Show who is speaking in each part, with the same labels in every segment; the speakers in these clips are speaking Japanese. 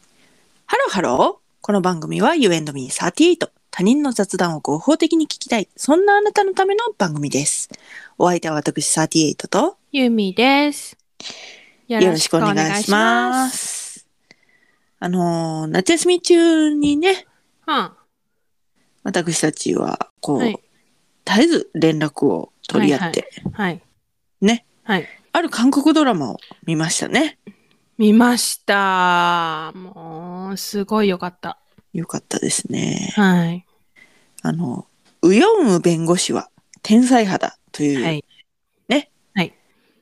Speaker 1: ローハロー。この番組は You and me38。他人の雑談を合法的に聞きたい。そんなあなたのための番組です。お相手は私38と
Speaker 2: ゆみです。よ
Speaker 1: よろしくお願いしま。す。あのー、夏休み中にね、
Speaker 2: うん。
Speaker 1: 私たちは、こう、
Speaker 2: はい
Speaker 1: 絶えず連絡を取り合って、
Speaker 2: はい。
Speaker 1: ね。
Speaker 2: はい。
Speaker 1: ある韓国ドラマを見ましたね。
Speaker 2: 見ました。もう、すごいよかった。
Speaker 1: よかったですね。
Speaker 2: はい。
Speaker 1: あの、ウヨンウ弁護士は天才肌という、
Speaker 2: はい。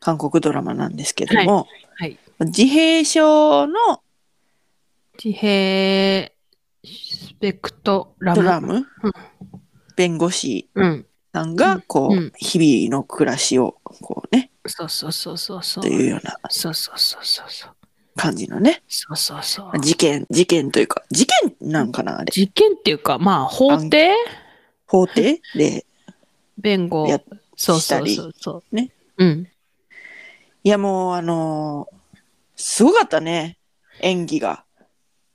Speaker 1: 韓国ドラマなんですけども、
Speaker 2: はい。
Speaker 1: 自閉症の
Speaker 2: 自閉スペクトラム。
Speaker 1: ドラム、
Speaker 2: うん
Speaker 1: 弁護士
Speaker 2: うん。
Speaker 1: さんが、こう、
Speaker 2: うん
Speaker 1: 日々の暮らしを、こうね、
Speaker 2: そうそうそうそうそう。
Speaker 1: というような
Speaker 2: そうそうそうそうそう。
Speaker 1: 感じのね、
Speaker 2: そうそうそう。
Speaker 1: 事件、事件というか、事件なんかな、あれ。
Speaker 2: 事件っていうか、まあ、法廷
Speaker 1: 法廷で、
Speaker 2: 弁護
Speaker 1: や。
Speaker 2: そう
Speaker 1: した
Speaker 2: そう
Speaker 1: り
Speaker 2: そうそう。
Speaker 1: ね。
Speaker 2: うん。
Speaker 1: いやもう、あのーすごかったね、演技が。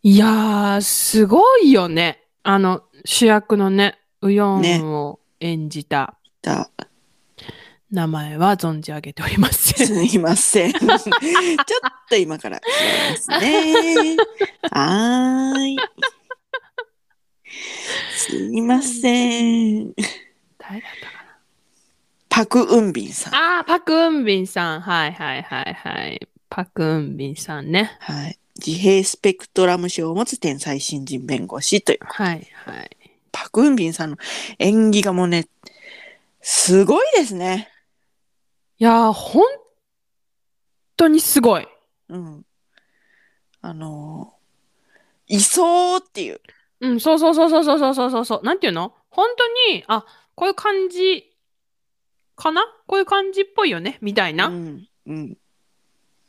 Speaker 2: いやー、すごいよね。あの、主役のね、ウヨ
Speaker 1: ね
Speaker 2: ンを演じた
Speaker 1: だ
Speaker 2: 名前は存じ上げておりませ ん。
Speaker 1: すいません。ちょっと今から調べますね。はーい。すいません。
Speaker 2: 誰だったか
Speaker 1: パク・ウンビンさん。
Speaker 2: なあー、パク・ウンビンさん。はいはいはいはい。パク・ウンビンさんね。
Speaker 1: はい。自閉スペクトラム症を持つ天才新人弁護士という
Speaker 2: はいはい。
Speaker 1: パク・ウンビンさんの演技がもうね、すごいですね。
Speaker 2: いやー、本当にすごい。
Speaker 1: うん。あのーいそうっていう。
Speaker 2: うん、そうそうそうそうそうそうそうそうそう。なんていうの本当に、あ、こういう感じかなこういう感じっぽいよねみたいな。
Speaker 1: う
Speaker 2: うん
Speaker 1: ん。うん。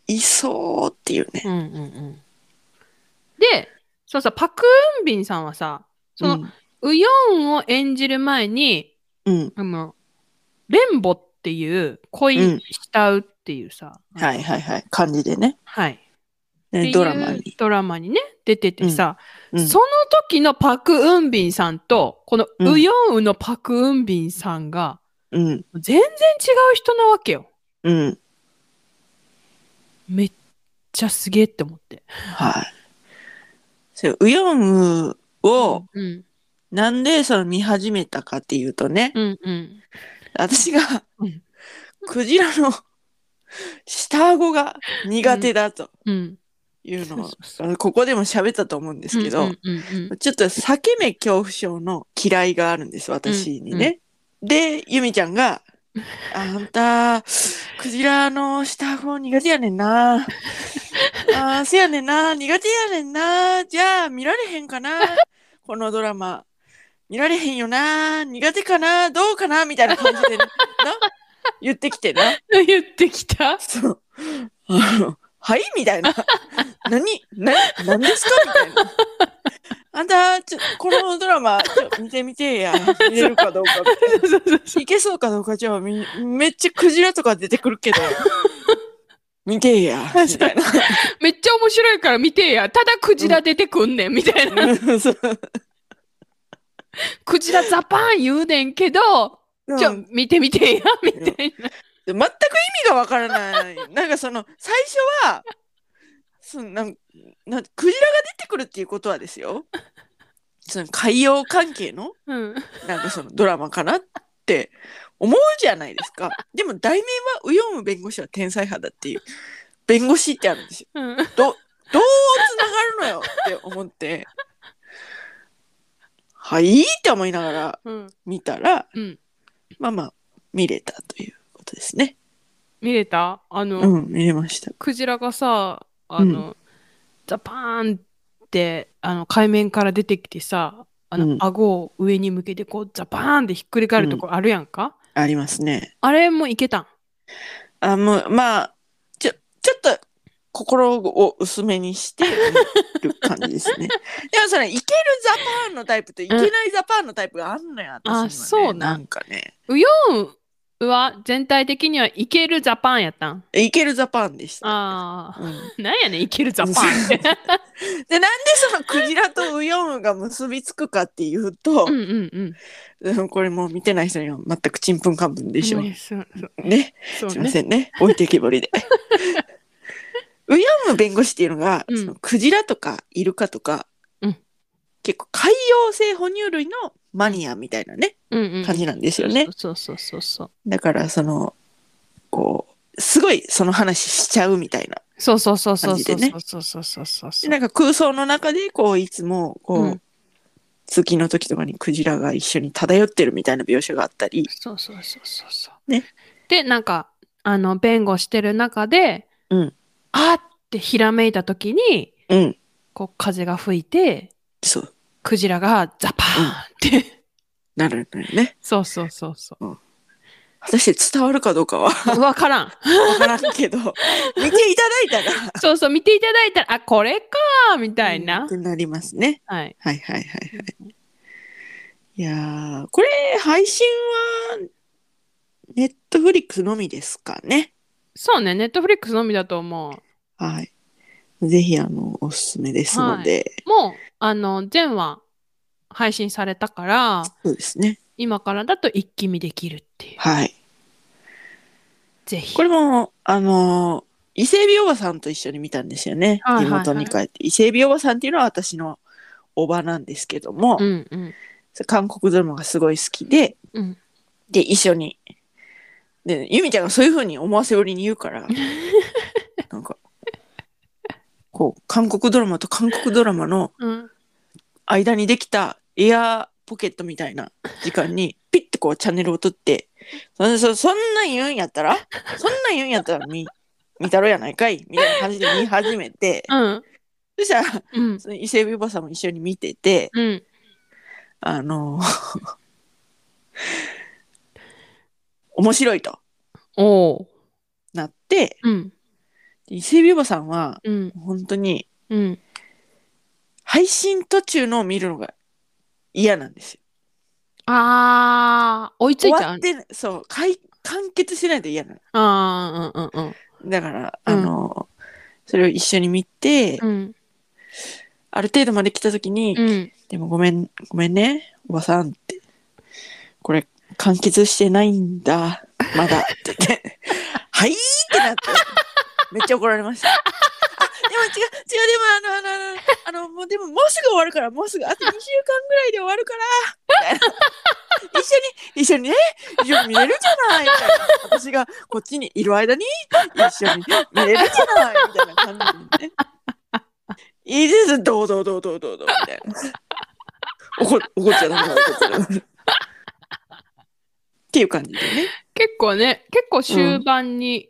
Speaker 1: いそうっていうね。
Speaker 2: うんうん。で、そうさ、パク・ウンビンさんはさ、その、
Speaker 1: うん
Speaker 2: ウヨンを演じる前に、
Speaker 1: うん。
Speaker 2: あの、レンボっていう
Speaker 1: う
Speaker 2: 恋
Speaker 1: ん
Speaker 2: したうっていうさ、
Speaker 1: はいはいはい。感じでね。
Speaker 2: はい。ってい
Speaker 1: ね
Speaker 2: う
Speaker 1: ドラマに。
Speaker 2: ドラマにね、出ててさ、
Speaker 1: うん
Speaker 2: その時のパク・ウンビンさんと、この
Speaker 1: うん
Speaker 2: ウヨンウのパク・ウンビンさんが、
Speaker 1: うん。
Speaker 2: 全然違う人なわけよ。
Speaker 1: うん。
Speaker 2: めっちゃすげえって思って。
Speaker 1: はい。そう、ウヨンウを、
Speaker 2: うん。
Speaker 1: なんでその見始めたかっていうとね、
Speaker 2: うんうん。
Speaker 1: 私が
Speaker 2: うん、
Speaker 1: クジラの下顎が苦手だと
Speaker 2: うん。
Speaker 1: いうのを、
Speaker 2: そうそうそう
Speaker 1: あのここでも喋ったと思うんですけど、
Speaker 2: うんうんうんうん
Speaker 1: ちょっと裂け目恐怖症の嫌いがあるんです、私にね。で、ゆみちゃん が、あんた、クジラの下顎苦手やねん な。あーせやねんな。苦手やねんな。じゃあ、見られへんかな。このドラマ。見られへんよな。苦手かな。どうかな。みたいな感じで、な、言ってきてな。
Speaker 2: 言ってきた
Speaker 1: そう。あの、はいみたい な。何何何ですかみたいな。あんた、ちょこのドラマ、ちょ見てみてや。見れるかどうかみたい
Speaker 2: そうそうそうそ
Speaker 1: な。いけそうかどうか、じゃあ、みめっちゃクジラとか出てくるけど、見てや。みたいな。
Speaker 2: うめっちゃ面白いから見てや。ただクジラ出てくんねん、み たいな。
Speaker 1: そう
Speaker 2: クジラザパン言うねんけど、ちょ、
Speaker 1: うん
Speaker 2: 見てみてや、みたいな。
Speaker 1: 全く意味がわからない。なんかその、最初は、そのなんなんクジラが出てくるっていうことはですよ。その海洋関係の
Speaker 2: うん。
Speaker 1: なんかそのドラマかなって思うじゃないですか。でも題名はウヨンウ弁護士は天才派だっていう弁護士ってあるんですよ。
Speaker 2: うん。
Speaker 1: どうつながるのよって思って。はいって思いながら
Speaker 2: うん。
Speaker 1: 見たら、
Speaker 2: うん。
Speaker 1: まあまあ見れたということですね。
Speaker 2: 見れたあの、
Speaker 1: うん、見れました。
Speaker 2: クジラがさ、あの、ザパーンって、あの、海面から出てきてさ、あの、
Speaker 1: うん
Speaker 2: 顎を上に向けて、こう、ザパーンってひっくり返るところあるやんか、
Speaker 1: ありますね。
Speaker 2: あれもいけたん
Speaker 1: あ、もう、まあ、ちょ、ちょっと心を薄めにして見る感じ ですね。でもそれ、いけるザパーンのタイプといけないザパーンのタイプがあんのよ、私にはね
Speaker 2: あそうなん
Speaker 1: なんかね。
Speaker 2: ウヨンは全体的にはイケるジャパンやったん。
Speaker 1: いけるザパンでした。
Speaker 2: あ
Speaker 1: うん
Speaker 2: あ。なんやねん、イケるジャパンって。
Speaker 1: でなんでそのクジラとウヨンウが結びつくかっていうと
Speaker 2: う、んうんうん。
Speaker 1: うんこれもう見てない人には全くちんぷんかんぷんでしょう
Speaker 2: ねそうそう
Speaker 1: ね
Speaker 2: そう
Speaker 1: すいま
Speaker 2: ね。
Speaker 1: せんね置いてきぼ りでウヨンウ弁護士っていうのが、
Speaker 2: うん
Speaker 1: そのクジラとかイルカとか、
Speaker 2: うん
Speaker 1: 結構海洋性哺乳類のマニアみたいなね
Speaker 2: うんうんうん
Speaker 1: 感じなんですよね、
Speaker 2: そうそうそうそう。
Speaker 1: だからそのこうすごいその話しちゃうみたいな
Speaker 2: そうそうそうそう
Speaker 1: 感じでね
Speaker 2: そうそうそうそう
Speaker 1: で
Speaker 2: そう。
Speaker 1: なんか空想の中でこういつもこう、
Speaker 2: うん
Speaker 1: 通勤の時とかにクジラが一緒に漂ってるみたいな描写があったり
Speaker 2: そうそうそうそうそう。
Speaker 1: ね。
Speaker 2: で、なんか、あの、弁護してる中で、
Speaker 1: うん
Speaker 2: あってひらめいたときに、
Speaker 1: うん
Speaker 2: こう、風が吹いて、
Speaker 1: そう
Speaker 2: クジラがザパーンって。
Speaker 1: なるのよね
Speaker 2: そうそうそうそ
Speaker 1: 果たして伝わるかどうかは
Speaker 2: う。わからん。
Speaker 1: 分からん けど見ていただいたら
Speaker 2: そうそう、見ていただいたら、あ、これかーみたいな。
Speaker 1: うんなりますね
Speaker 2: はい。
Speaker 1: はいはいはいはいいやーこれ配信はネットフリックスのみですかね
Speaker 2: そうね、ネットフリックスのみだと思う。
Speaker 1: はいぜひあのおすすめですので、
Speaker 2: もう、あの、全話配信されたから、
Speaker 1: そうですね
Speaker 2: 今からだと一気見できるっていう。
Speaker 1: はい
Speaker 2: ぜひ。
Speaker 1: これも、あのー伊勢海老おばさんと一緒に見たんですよね。
Speaker 2: はいはい
Speaker 1: 地元
Speaker 2: はい
Speaker 1: に帰って。伊勢海老おばさんっていうのは私のおばなんですけども、
Speaker 2: うんうん。
Speaker 1: 韓国ドラマがすごい好きで、
Speaker 2: うん。
Speaker 1: で、一緒に。で、ゆみちゃんがそういうふうに思わせぶりに言う から、なんか、こう、韓国ドラマと韓国ドラマの
Speaker 2: うん。
Speaker 1: 間にできたエアーポケットみたいな時間に、ピッてこうチャンネルを取って、そそそんなん言うんやったら、そんなん言うんやったら見、見たろやないかいみたいな感じで見始めて、
Speaker 2: うん。
Speaker 1: そしたら、
Speaker 2: うん。
Speaker 1: その伊勢海老おばさんも一緒に見てて、
Speaker 2: うん。
Speaker 1: あの 面白いと
Speaker 2: おう。
Speaker 1: なって、
Speaker 2: うん。
Speaker 1: 伊勢海老おばさんは、
Speaker 2: うん。
Speaker 1: 本当に、
Speaker 2: うん。
Speaker 1: 配信途中のを見るのが嫌なんですよ。
Speaker 2: あー、追いつ
Speaker 1: 終
Speaker 2: いちゃ
Speaker 1: わ
Speaker 2: う
Speaker 1: っ。て、そう、かい完結しないと嫌なの。
Speaker 2: あー、うんうん
Speaker 1: だから、
Speaker 2: うん
Speaker 1: あのそれを一緒に見て、
Speaker 2: うん。
Speaker 1: ある程度まで来た時に「
Speaker 2: うん。うん。
Speaker 1: でもごめんごめんねおばさん」って「これ完結してないんだまだ」って言って 「はい?」ってなってめっちゃ怒られました。あでも違う違うでもあのあのあのあのもうでももうすぐ終わるからもうすぐあと2週間ぐらいで終わるからみたいな一緒に一緒にね一緒に見れるじゃないみたいな私がこっちにいる間に一緒に見れるじゃないみたいな感じでねいいですどうどうどうどうどうどうみたいな怒怒っちゃダメだよこっちでっていう感じでね
Speaker 2: 結構ね、結構終盤に、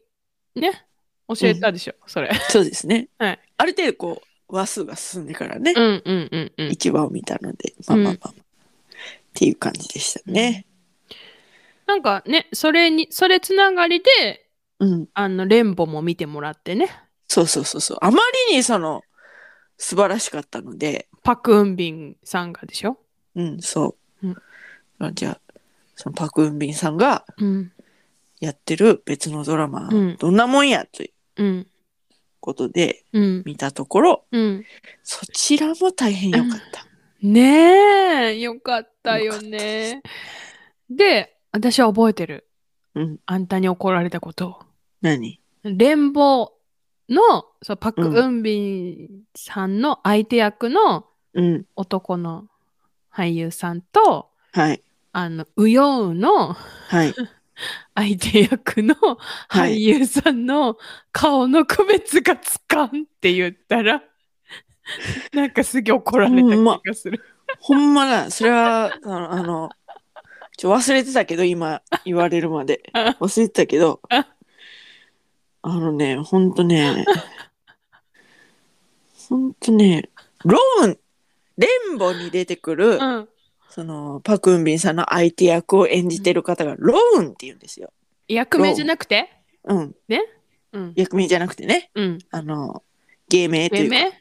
Speaker 2: ね、教えたでしょ、それ。
Speaker 1: そうですね、
Speaker 2: はい
Speaker 1: ある程度こう話数が進んでからね、
Speaker 2: うんうんうんうん。
Speaker 1: 一話を見たのでまあまあまあ、っていう感じでしたね
Speaker 2: なんかね、それに、それつながりで、
Speaker 1: うん
Speaker 2: あの、レンボも見てもらってね、
Speaker 1: そうそうそうそうあまりにその素晴らしかったので
Speaker 2: パク・ウンビンさんがでしょ
Speaker 1: うんそう、
Speaker 2: うん
Speaker 1: あじゃあそのパク・ウンビンさんが
Speaker 2: うん。
Speaker 1: やってる別のドラマ、
Speaker 2: うん
Speaker 1: どんなもんやという
Speaker 2: うん。
Speaker 1: ことで
Speaker 2: うん。
Speaker 1: 見たところ
Speaker 2: うん。
Speaker 1: そちらも大変良かった、
Speaker 2: ねえ、よかったよね。で、私は覚えてる。
Speaker 1: うん
Speaker 2: あんたに怒られたことを。
Speaker 1: 何
Speaker 2: 連邦の、そうパク・
Speaker 1: うん
Speaker 2: ウンビンさんの相手役の
Speaker 1: うん
Speaker 2: 男の俳優さんと、
Speaker 1: はい
Speaker 2: あの、ウヨウの
Speaker 1: はい
Speaker 2: 相手役の
Speaker 1: い
Speaker 2: 俳優さんの顔の区別がつかんって言ったら、なんかすげえ怒られた気がする。
Speaker 1: ほんまな、それは、あの、あのちょ忘れてたけど、今言われるまで。忘れてたけど、
Speaker 2: あ
Speaker 1: あのね、ほんとね、ほんとね、ローン、レンボに出てくる、
Speaker 2: うん。
Speaker 1: その、パクウンビンさんの相手役を演じてる方が、ローンって言うんですよ。
Speaker 2: 役名じゃなくて
Speaker 1: うん。
Speaker 2: うん。
Speaker 1: 役名じゃなくてね、
Speaker 2: うん。
Speaker 1: あの、芸名とい
Speaker 2: 芸
Speaker 1: うか、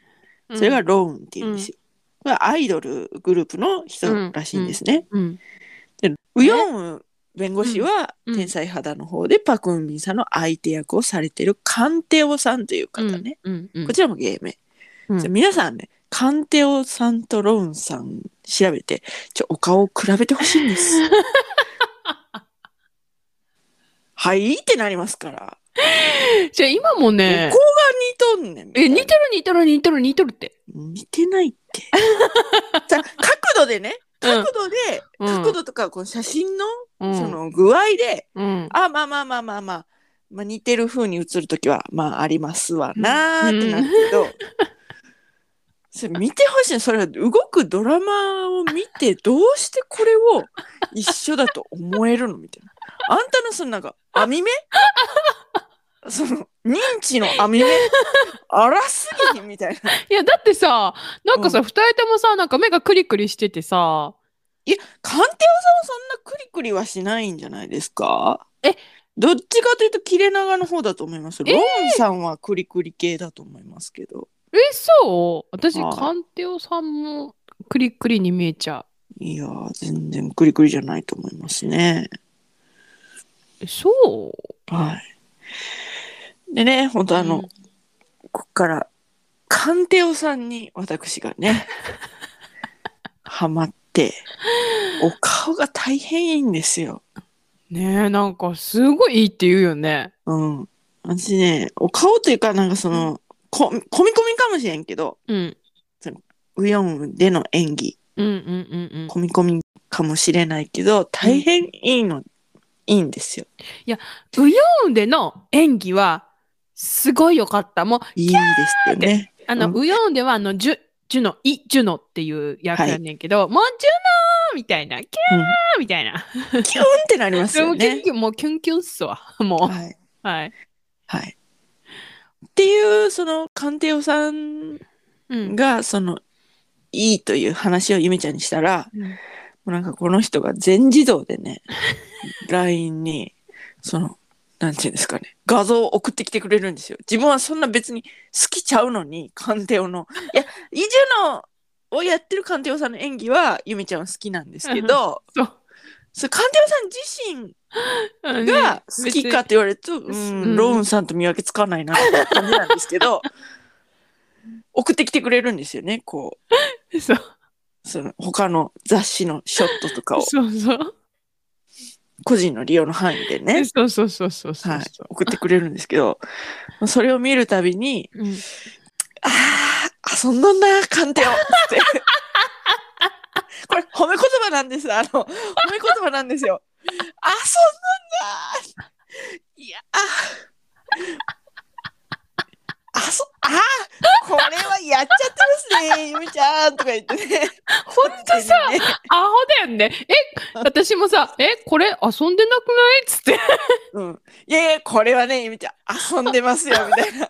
Speaker 2: 名
Speaker 1: それが
Speaker 2: うん
Speaker 1: ローンって言うんですよ。これはアイドルグループの人らしいんですね。
Speaker 2: うん。
Speaker 1: でウヨンウ弁護士は
Speaker 2: うん
Speaker 1: 天才肌の方でパク・ウンビンさんの相手役をされてるカンテオさんという方ね、
Speaker 2: うんうん
Speaker 1: こちらも芸名、
Speaker 2: うん
Speaker 1: じゃあ皆さんねカンテオさんとロンさん調べてちょお顔を比べてほしいんです はいってなりますから、
Speaker 2: じゃあ今もね
Speaker 1: こ、こが似とんねんみたい
Speaker 2: え、
Speaker 1: な
Speaker 2: 似てる似てる似てる似てるって。
Speaker 1: 似てないって さ角度でね
Speaker 2: うん
Speaker 1: 角度で、
Speaker 2: うん
Speaker 1: 角度とかこの写真の
Speaker 2: うん
Speaker 1: その具合で、
Speaker 2: うん。
Speaker 1: あまあまあまあまあまあ、まあ、似てる風に映るときはまあありますわなーってなるけ ど、それ見てほしいそれは動くドラマを見てどうしてこれを一緒だと思えるのみたいなあんたのそのなんか網 目その認知の網目荒すぎひんみたいない
Speaker 2: や、だってさ、なんかさ、二、人ともさ、なんか目がクリクリしててさ、
Speaker 1: いや鑑定さんはそんなクリクリはしないんじゃないですか
Speaker 2: え
Speaker 1: どっちかというと切れ長の方だと思います
Speaker 2: えー
Speaker 1: ロンさんはクリクリ系だと思いますけど
Speaker 2: え、そう私、
Speaker 1: はい
Speaker 2: カンテオさんもクリクリに見えちゃ
Speaker 1: いやー全然クリクリじゃないと思いますね
Speaker 2: う。えそう
Speaker 1: はいでね本当あの、
Speaker 2: うん
Speaker 1: こっから鑑定オさんに私が ねハマってお顔が大変いいんですよ
Speaker 2: ねえ、なんかすごいいいって言うよね。
Speaker 1: うん私ねお顔というかなんかその、こ込み込みかもしれんけど、
Speaker 2: うん。
Speaker 1: ウヨンでの演技
Speaker 2: うんうんうんうん。
Speaker 1: 込み込みかもしれないけど大変いいの、いいんですよ。
Speaker 2: ウヨンでの演技は、すごいよかった。もう、
Speaker 1: いいですよね。
Speaker 2: あの、
Speaker 1: うん
Speaker 2: ウヨンでは、あの、ジュ、ジュノ、イ、ジュノっていう役やねんけど、もうジュノーみたいな、キュ
Speaker 1: うん
Speaker 2: ーみたいな。
Speaker 1: キュンってなります
Speaker 2: で
Speaker 1: よ
Speaker 2: もキュン
Speaker 1: ね。
Speaker 2: キュン、もうキュンキュンっすわ。も
Speaker 1: はい、
Speaker 2: う。はい。
Speaker 1: はい、っていうその鑑定夫さん
Speaker 2: うん。
Speaker 1: がそのいいという話をゆめちゃんにしたら
Speaker 2: うん
Speaker 1: もうなんかこの人が全自動で ね LINE にそのなんていうんですかね画像を送ってきてくれるんですよ。自分はそんな別に好きちゃうのに鑑定のいや伊集のをやってる鑑定さんの演技はゆめちゃんは好きなんですけど
Speaker 2: そう。
Speaker 1: それ鑑定さん自身が好きかって言われると、う
Speaker 2: 別にうん
Speaker 1: ん、ローンさんと見分けつかないなって感じなんですけ ど送ってきてくれるんですよねこ
Speaker 2: 別に。そう
Speaker 1: うその他の雑誌のショットとかを
Speaker 2: そうそう。
Speaker 1: 個人の利用の範囲でね、
Speaker 2: そうそうそうそうそう。
Speaker 1: はい、送ってくれるんですけど それを見るたびに
Speaker 2: うん
Speaker 1: 「あー遊んどんな鑑定を」って これ褒め言葉なんですあの褒め言葉なんですよ 遊んどんだいやああそあーこれはやっちゃってますねゆみちゃんとか言って ね
Speaker 2: ほんとさ、
Speaker 1: 本当にね
Speaker 2: アホだよね。え、私もさ、え、これ遊んでなくないっつって。
Speaker 1: うん、いやいやこれはねゆみちゃん遊んでますよみたいな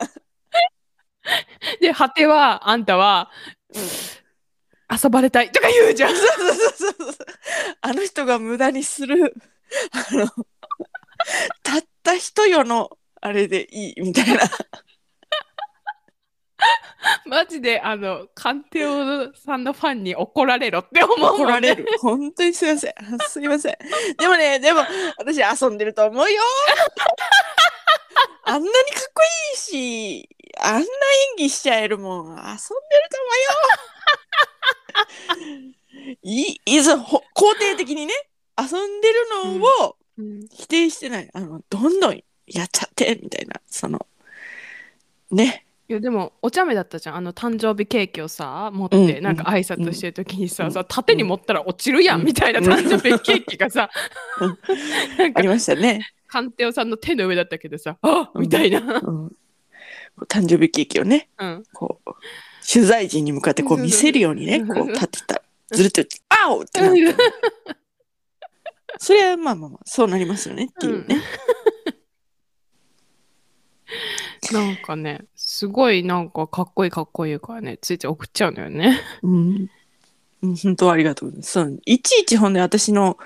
Speaker 2: で、果ては、あんたは、遊ばれたいとか言うじゃん。
Speaker 1: そうそうそうそうあの人が無駄にするあのたった一夜のあれでいいみたいな
Speaker 2: マジで、あの、鑑定王さんのファンに怒られろって思うもんね。
Speaker 1: 怒られる本当にすいませんすいませんでもねでも私遊んでると思うよあんなにかっこいいしあんな演技しちゃえるもん遊んでると思うよいいずほ肯定的にね遊んでるのを、
Speaker 2: うん。
Speaker 1: 否定してないあのどんどんやっちゃってみたいなそのね
Speaker 2: いや、でも、お茶目だったじゃん。あの、誕生日ケーキをさ、持って、
Speaker 1: うん
Speaker 2: なんか挨拶してる時にさ、
Speaker 1: うん
Speaker 2: さ縦に持ったら落ちるやん、
Speaker 1: うん
Speaker 2: みたいな誕生日ケーキがさ、
Speaker 1: うん
Speaker 2: なん
Speaker 1: あ
Speaker 2: か
Speaker 1: り、ましたね、
Speaker 2: 鑑定王さんの手の上だったけどさ、あ
Speaker 1: うん
Speaker 2: みたいな。
Speaker 1: うん、誕生日ケーキをね
Speaker 2: うん。
Speaker 1: こう取材陣に向かってこう見せるようにねこう立ってたらずるって「あお!」ってなってそれはまあまあまあそうなりますよねっていうね、
Speaker 2: なんかね、すごいなんかかっこいいかっこいいからね、ついつい送っちゃうのよね。
Speaker 1: うん、うん本当ありがとうございますそういちいちほんで私の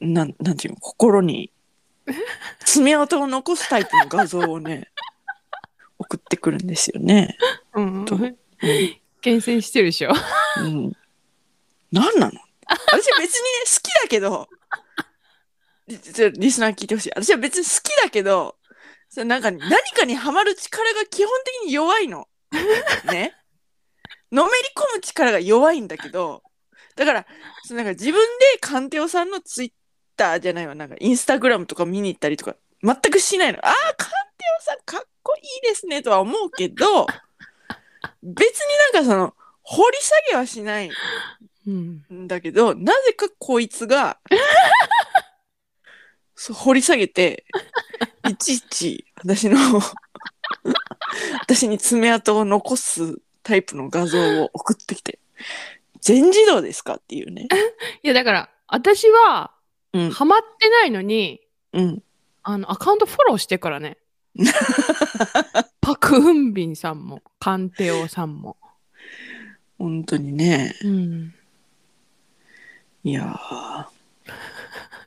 Speaker 1: なんなんていうの心に爪痕を残すタイプの画像をね 送ってくるんですよね。
Speaker 2: うん
Speaker 1: と。うん
Speaker 2: 厳選してるでしょ。
Speaker 1: うん、何なの私別にね好きだけどリちょリスナー聞いてほしい。私は別に好きだけど、そうなんか何かにはまる力が基本的に弱いの。ね。のめり込む力が弱いんだけど、だから、そうなんか自分でカンテオさんのツイッターじゃないわ、なんかインスタグラムとか見に行ったりとか、全くしないの。ああ、カンテオさんかっこいいですねとは思うけど、別になんかその、掘り下げはしない
Speaker 2: うん。
Speaker 1: んだけど、なぜかこいつ が、そう掘り下げて、いちいち私の、私に爪痕を残すタイプの画像を送ってきて、全自動ですかっていうね。
Speaker 2: いや、だから、私は、
Speaker 1: うん
Speaker 2: ハマってないのに、
Speaker 1: うん。
Speaker 2: あの、アカウントフォローしてからね。パク・ウンビンさんも、カンテオさんも。
Speaker 1: 本当にね。
Speaker 2: うん。
Speaker 1: いやー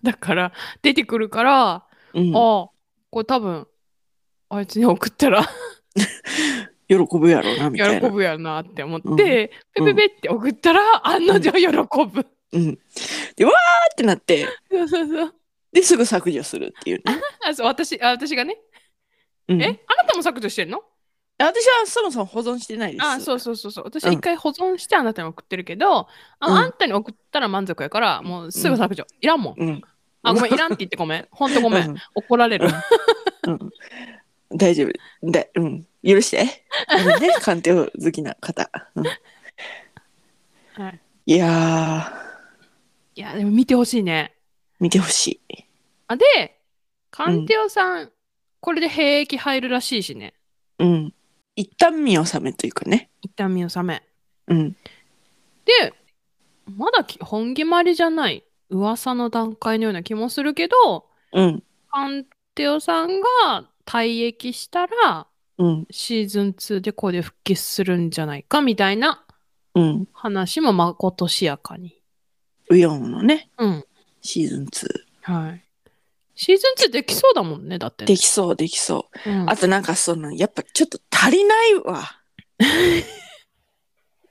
Speaker 2: だから、出てくるから、
Speaker 1: うん、
Speaker 2: ああ、これ多分、あいつに送ったら
Speaker 1: 喜ぶやろうな、みたいな。
Speaker 2: 喜ぶやなって思って、
Speaker 1: うん
Speaker 2: ペペペって送ったら、案の定喜ぶ。
Speaker 1: うん。で、わーってなって、
Speaker 2: そうそうそう。
Speaker 1: で、すぐ削除するっていうね。
Speaker 2: あそう私あ私がね、
Speaker 1: うん
Speaker 2: えあなたも削除してんの
Speaker 1: 私はそもそも保存してないです。
Speaker 2: あそうそうそうそう。私
Speaker 1: うん
Speaker 2: 一回保存してあなたに送ってるけど、あ
Speaker 1: うん
Speaker 2: あんたに送ったら満足やから、もうすぐ削除。いらんもん。
Speaker 1: うん。
Speaker 2: あ、ごめん、いらんって言ってごめん。ほんとごめん。
Speaker 1: うん
Speaker 2: 怒られる。
Speaker 1: 大丈夫。だうん。許 して。あのね、鑑定好きな方。うん
Speaker 2: はい
Speaker 1: いや
Speaker 2: いや、でも見てほしいね。
Speaker 1: ー、見てほしい。
Speaker 2: あ、で、カンテオさん、これで兵役入るらしいしね。
Speaker 1: うん。一旦見納めというかね。
Speaker 2: 一旦見納め。
Speaker 1: うん。
Speaker 2: で、まだき本決まりじゃない噂の段階のような気もするけど、
Speaker 1: うん。
Speaker 2: カンテオさんが退役したら、
Speaker 1: うん。
Speaker 2: シーズン2でここで復帰するんじゃないかみたいな
Speaker 1: うん。
Speaker 2: 話もまことしやかに。
Speaker 1: ウヨンのね、
Speaker 2: うん。
Speaker 1: シーズン
Speaker 2: はい。シーズン2できそうだもんね、だって
Speaker 1: 2。
Speaker 2: ね、
Speaker 1: できそう、できそう。
Speaker 2: うん
Speaker 1: あとなんかその、やっぱちょっと足りない わ。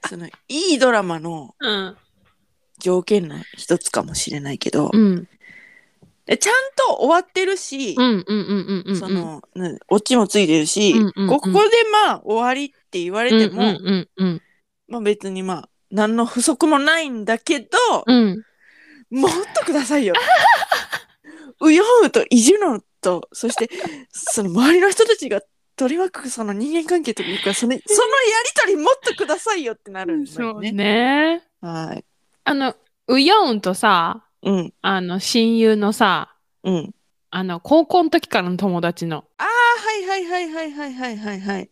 Speaker 1: その、いいドラマの
Speaker 2: うん。
Speaker 1: 条件の一つかもしれないけど、
Speaker 2: うん。
Speaker 1: でちゃんと終わってるし、
Speaker 2: うんうんうんうんうん。
Speaker 1: そ、の、ねオチもついてるし、
Speaker 2: うんうんうん
Speaker 1: ここでまあ終わりって言われ
Speaker 2: うんう
Speaker 1: て
Speaker 2: ん
Speaker 1: も、
Speaker 2: うんうん。
Speaker 1: まあ別にまあ何の不足もないんだけど、
Speaker 2: うん。
Speaker 1: もっとくださいよ。 ウヨウとイジュノと、そしてその周りの人たちが取り巻くその人間関係というか、そのそのやりとりもっとくださいよってなるんだ
Speaker 2: そ
Speaker 1: よ
Speaker 2: う
Speaker 1: ね。
Speaker 2: ね。
Speaker 1: はい。
Speaker 2: あの、ウヤウンとさ、
Speaker 1: うん、
Speaker 2: あの、親友のさ、
Speaker 1: うん。
Speaker 2: あの、高校の時からの友達の。
Speaker 1: あ、はいはいはいはいはいはいはいはい。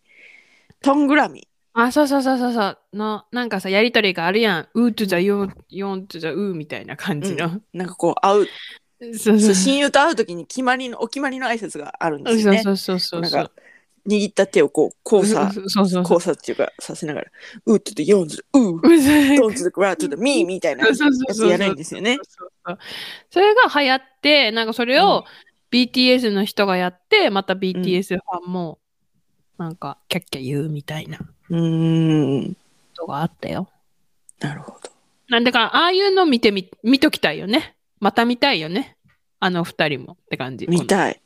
Speaker 1: トングラミ。
Speaker 2: あ、そうそうそうそうそう。の、なんかさ、やりとりがあるやん。うーとじゃよ、よんとじゃうーみたいな感じの。
Speaker 1: なんかこう会う、
Speaker 2: そう
Speaker 1: そ
Speaker 2: そううそう。
Speaker 1: 親友と会うときに決まりの、お決まりの挨拶があるんで
Speaker 2: そう
Speaker 1: すよね。
Speaker 2: そうそうそうそ
Speaker 1: なん
Speaker 2: う
Speaker 1: か。握った手をこう交差
Speaker 2: そうそうそうそう。
Speaker 1: 交差っていうかさせながら「う」って言って「ヨンズ」「う」
Speaker 2: うざ
Speaker 1: 「
Speaker 2: い
Speaker 1: ドンズ」「グラ」「とミー」みたいなや
Speaker 2: そうそう
Speaker 1: つ
Speaker 2: そう
Speaker 1: やるんですよね。
Speaker 2: そうそうそうそれが流行って、なんかそれを BTS の人がやって、また BTS ファンも、なんか、キャッキャ言うみたいなこ
Speaker 1: うーん
Speaker 2: とがあったよ。
Speaker 1: なるほど。
Speaker 2: なんだから、ああいうの見てみ、見ときたいよね。また見たいよね。あの二人もって感じ。
Speaker 1: 見たい。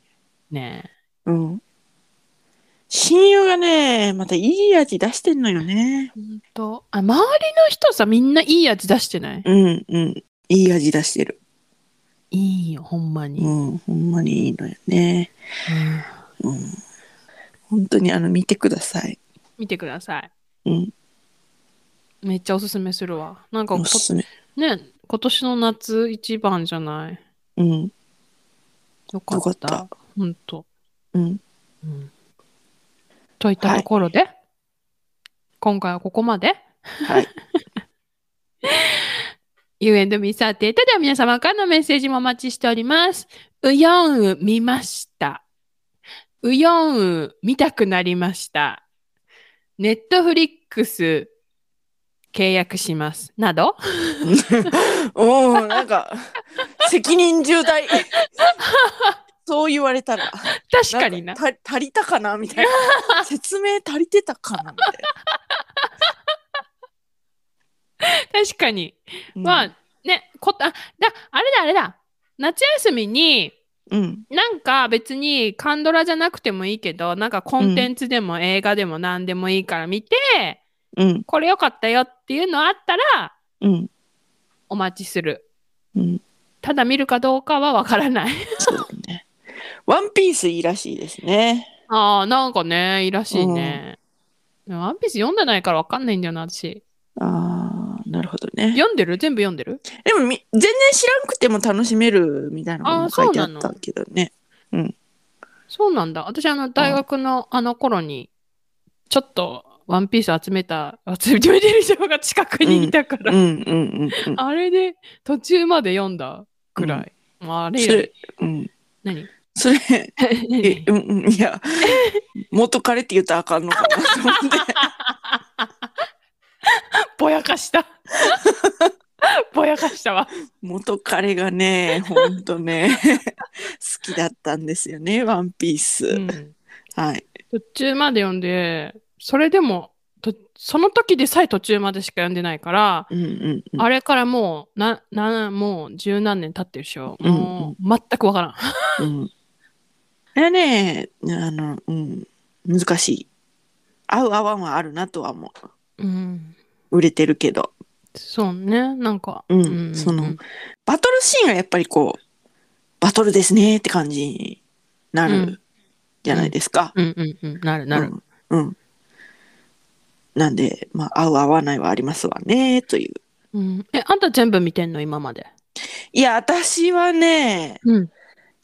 Speaker 2: ね
Speaker 1: う
Speaker 2: え。
Speaker 1: ん。親友がねまたいい味出してんのよね。
Speaker 2: ほんと。あ、周りの人さ、みんないい味出してない、
Speaker 1: うんうん。いい味出してる。
Speaker 2: いいよ、ほんまに。
Speaker 1: う
Speaker 2: うん
Speaker 1: ん。ほんまにいいのよね。うん。本当にあの見てください。
Speaker 2: 見てください。
Speaker 1: うん。
Speaker 2: めっちゃおすすめするわ。なんかこ
Speaker 1: おすすめ。
Speaker 2: ね、今年の夏一番じゃない。
Speaker 1: うん。
Speaker 2: よかった。
Speaker 1: よかっ
Speaker 2: ほんと。
Speaker 1: うん。
Speaker 2: うんといったところで、今回はここまで。
Speaker 1: はい。
Speaker 2: You and me サテータでは皆様からのメッセージもお待ちしております。うよんう見ました。うよんう見たくなりました。ネットフリックス契約します。など、
Speaker 1: おおなん か責任重大 そう言われたら
Speaker 2: 確かにな。
Speaker 1: んかた足りたかなみたい な説明足りてたかなみたい
Speaker 2: 確かに。
Speaker 1: な、
Speaker 2: まあ、ね、こ、あ、だ、あれだ、あれだ。夏休みに、
Speaker 1: うん。
Speaker 2: なんか別にカンドラじゃなくてもいいけど、なんかコンテンツでも映画でも何でもいいから見て、
Speaker 1: うん。
Speaker 2: これ良かったよっていうのあったら
Speaker 1: うん。
Speaker 2: お待ちする。
Speaker 1: うん。
Speaker 2: ただ見るかどうかはわからない。
Speaker 1: そうだね。ワンピースいいらしいですね。
Speaker 2: ああ、なんかね、いいらしいね。ワンピース読んでないからわかんないんだよな、私。
Speaker 1: ああ、なるほどね。
Speaker 2: 読んでる全部読んでる
Speaker 1: でもみ、全然知らんくても楽しめるみたいなのも書いてあったけどね。
Speaker 2: そうなんだ。私、あの、大学のあの頃に、ちょっとワンピース集めた、集めてる人が近くにいたか
Speaker 1: う
Speaker 2: ら、
Speaker 1: んうんうんうん。
Speaker 2: あれで途中まで読んだくらい。あれ以
Speaker 1: そ
Speaker 2: 来
Speaker 1: れ、うん。
Speaker 2: 何
Speaker 1: それ、え
Speaker 2: 何
Speaker 1: うんうん、い や、元彼って言ったらあかんのかなと思って。
Speaker 2: ぼやかした。 ぼやかしたわ。
Speaker 1: 元彼が ね、ほんとね、好きだったんですよね、ワンピース。
Speaker 2: うん
Speaker 1: はい。
Speaker 2: 途中まで読んで、それでも、とその時でさえ途中までしか読んでないから、
Speaker 1: うんうんうん。
Speaker 2: あれからもう、な、な、もう十何年経ってるでしょ。
Speaker 1: うん
Speaker 2: もう、全くわからん。
Speaker 1: うん。あれね、あの、うん、難しい。合う合わんはあるなとは思う。
Speaker 2: うん。
Speaker 1: 売れてるけど。
Speaker 2: そうね、なんか。
Speaker 1: うんそのバトルシーンがやっぱりこう、バトルですねって感じにな
Speaker 2: う
Speaker 1: る
Speaker 2: ん
Speaker 1: じゃないですか。
Speaker 2: うんうんうん、なるなる。
Speaker 1: うん。うん。なんで、まあ、合う合わないはありますわね、という。
Speaker 2: うんえ、あんた全部見てんの今まで。
Speaker 1: いや、私はね、
Speaker 2: うん。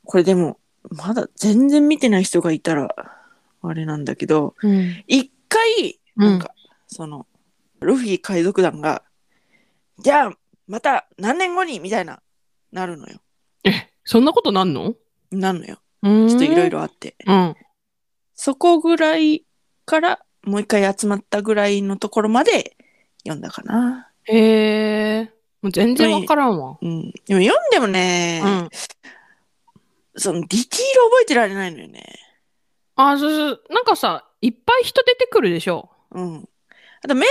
Speaker 1: これでも、まだ全然見てない人がいたら、あれなんだけど、
Speaker 2: うん。
Speaker 1: 一回、
Speaker 2: うん
Speaker 1: なんか、その、ルフィ海賊団が、じゃあ、また何年後にみたいな、なるのよ。
Speaker 2: そんなことなんの
Speaker 1: なるのよ。
Speaker 2: うーん。
Speaker 1: ちょっといろい。ろあって。
Speaker 2: うん。
Speaker 1: そこぐらいから、もう一回集まったぐらいのところまで読んだかな。
Speaker 2: へえ。もう全然わからんわ。
Speaker 1: うん。でも読んでもね、
Speaker 2: うん。
Speaker 1: そのディティール覚えてられないのよね。
Speaker 2: あ、そうそう。なんかさ、いっぱい人出てくるでしょ。
Speaker 1: うん。あと名言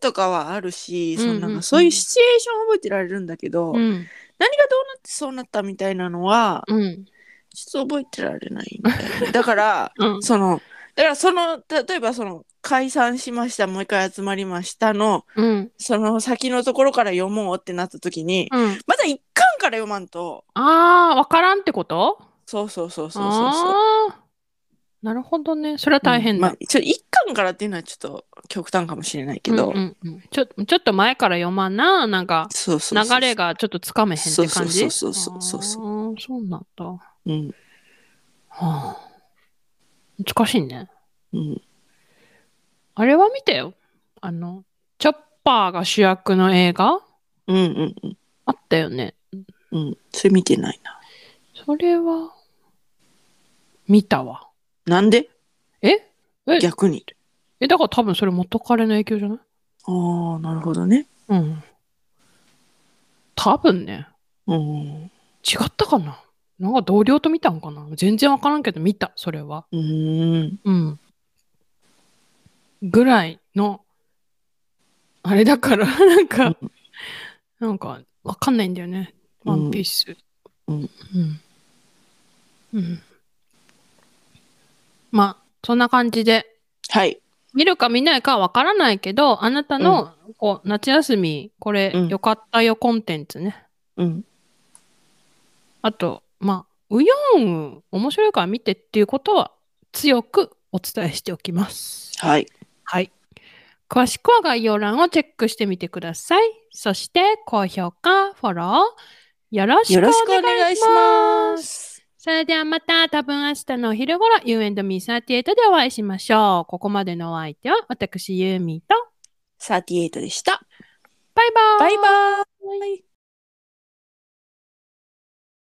Speaker 1: とかはあるし、その
Speaker 2: うんう
Speaker 1: なんん
Speaker 2: うん
Speaker 1: かそういうシチュエーション覚えてられるんだけど、
Speaker 2: うん。
Speaker 1: 何がどうなってそうなったみたいなのは、
Speaker 2: うん。
Speaker 1: ちょっと覚えてられないんだよね。だから、
Speaker 2: うん。
Speaker 1: その、だからその、例えばその、解散しました、もう一回集まりましたの、
Speaker 2: うん。
Speaker 1: その先のところから読もうってなった時に、
Speaker 2: うん。
Speaker 1: まだ一巻から読まんと、
Speaker 2: ああ、わからんってこと
Speaker 1: そうそうそうそうそうそう。
Speaker 2: ああ。なるほどね。それは大変だ
Speaker 1: うんま。あ、ちょ一巻からっていうのはちょっと極端かもしれないけど、
Speaker 2: うんうんうんちょちょっと前から読まんな、なんか
Speaker 1: そうそうそう
Speaker 2: 流れがちょっとつかめへんって感じ。
Speaker 1: そうそうそうそうそう
Speaker 2: あーそうなんだ。は
Speaker 1: うん、
Speaker 2: あ、難しいね。
Speaker 1: うん、
Speaker 2: あれは見たよ。あの、チョッパーが主役の映画
Speaker 1: うんうんうん
Speaker 2: あったよね。
Speaker 1: うんそれ見てないな
Speaker 2: それは、見たわ。
Speaker 1: なんで
Speaker 2: ええ
Speaker 1: 逆に
Speaker 2: え、だから多分それ元彼の影響じゃない
Speaker 1: ああなるほどね
Speaker 2: うん。多分ね。
Speaker 1: うん
Speaker 2: 違ったかななんか同僚と見たんかな全然わからんけど見た、それは。
Speaker 1: うーん
Speaker 2: うん。ぐらいの、あれだから、 なんか、なんか、わかんないんだよね。
Speaker 1: うん
Speaker 2: ワンピース。
Speaker 1: うん。
Speaker 2: うん。うん。まあ、そんな感じで、
Speaker 1: はい
Speaker 2: 見るか見ないかはわからないけど、あなたの、こう、夏休み、これ、
Speaker 1: うん
Speaker 2: よかったよコンテンツね。
Speaker 1: うん
Speaker 2: あと、まあ、うよん、面白いから見てっていうことは、強くお伝えしておきます。
Speaker 1: はい
Speaker 2: はい。詳しくは概要欄をチェックしてみてください。そして、高評価、フォロー、よろし
Speaker 1: よ
Speaker 2: く
Speaker 1: ろし
Speaker 2: お
Speaker 1: くお
Speaker 2: 願
Speaker 1: 願
Speaker 2: い
Speaker 1: い
Speaker 2: し
Speaker 1: し
Speaker 2: ま。
Speaker 1: ますす
Speaker 2: それではまた、多分明日のお昼頃、You and Me38 でお会いしましょう。ここまでのお相手は、私、ユーミーと、
Speaker 1: 38でした
Speaker 2: バイバーイ
Speaker 1: バイバーイ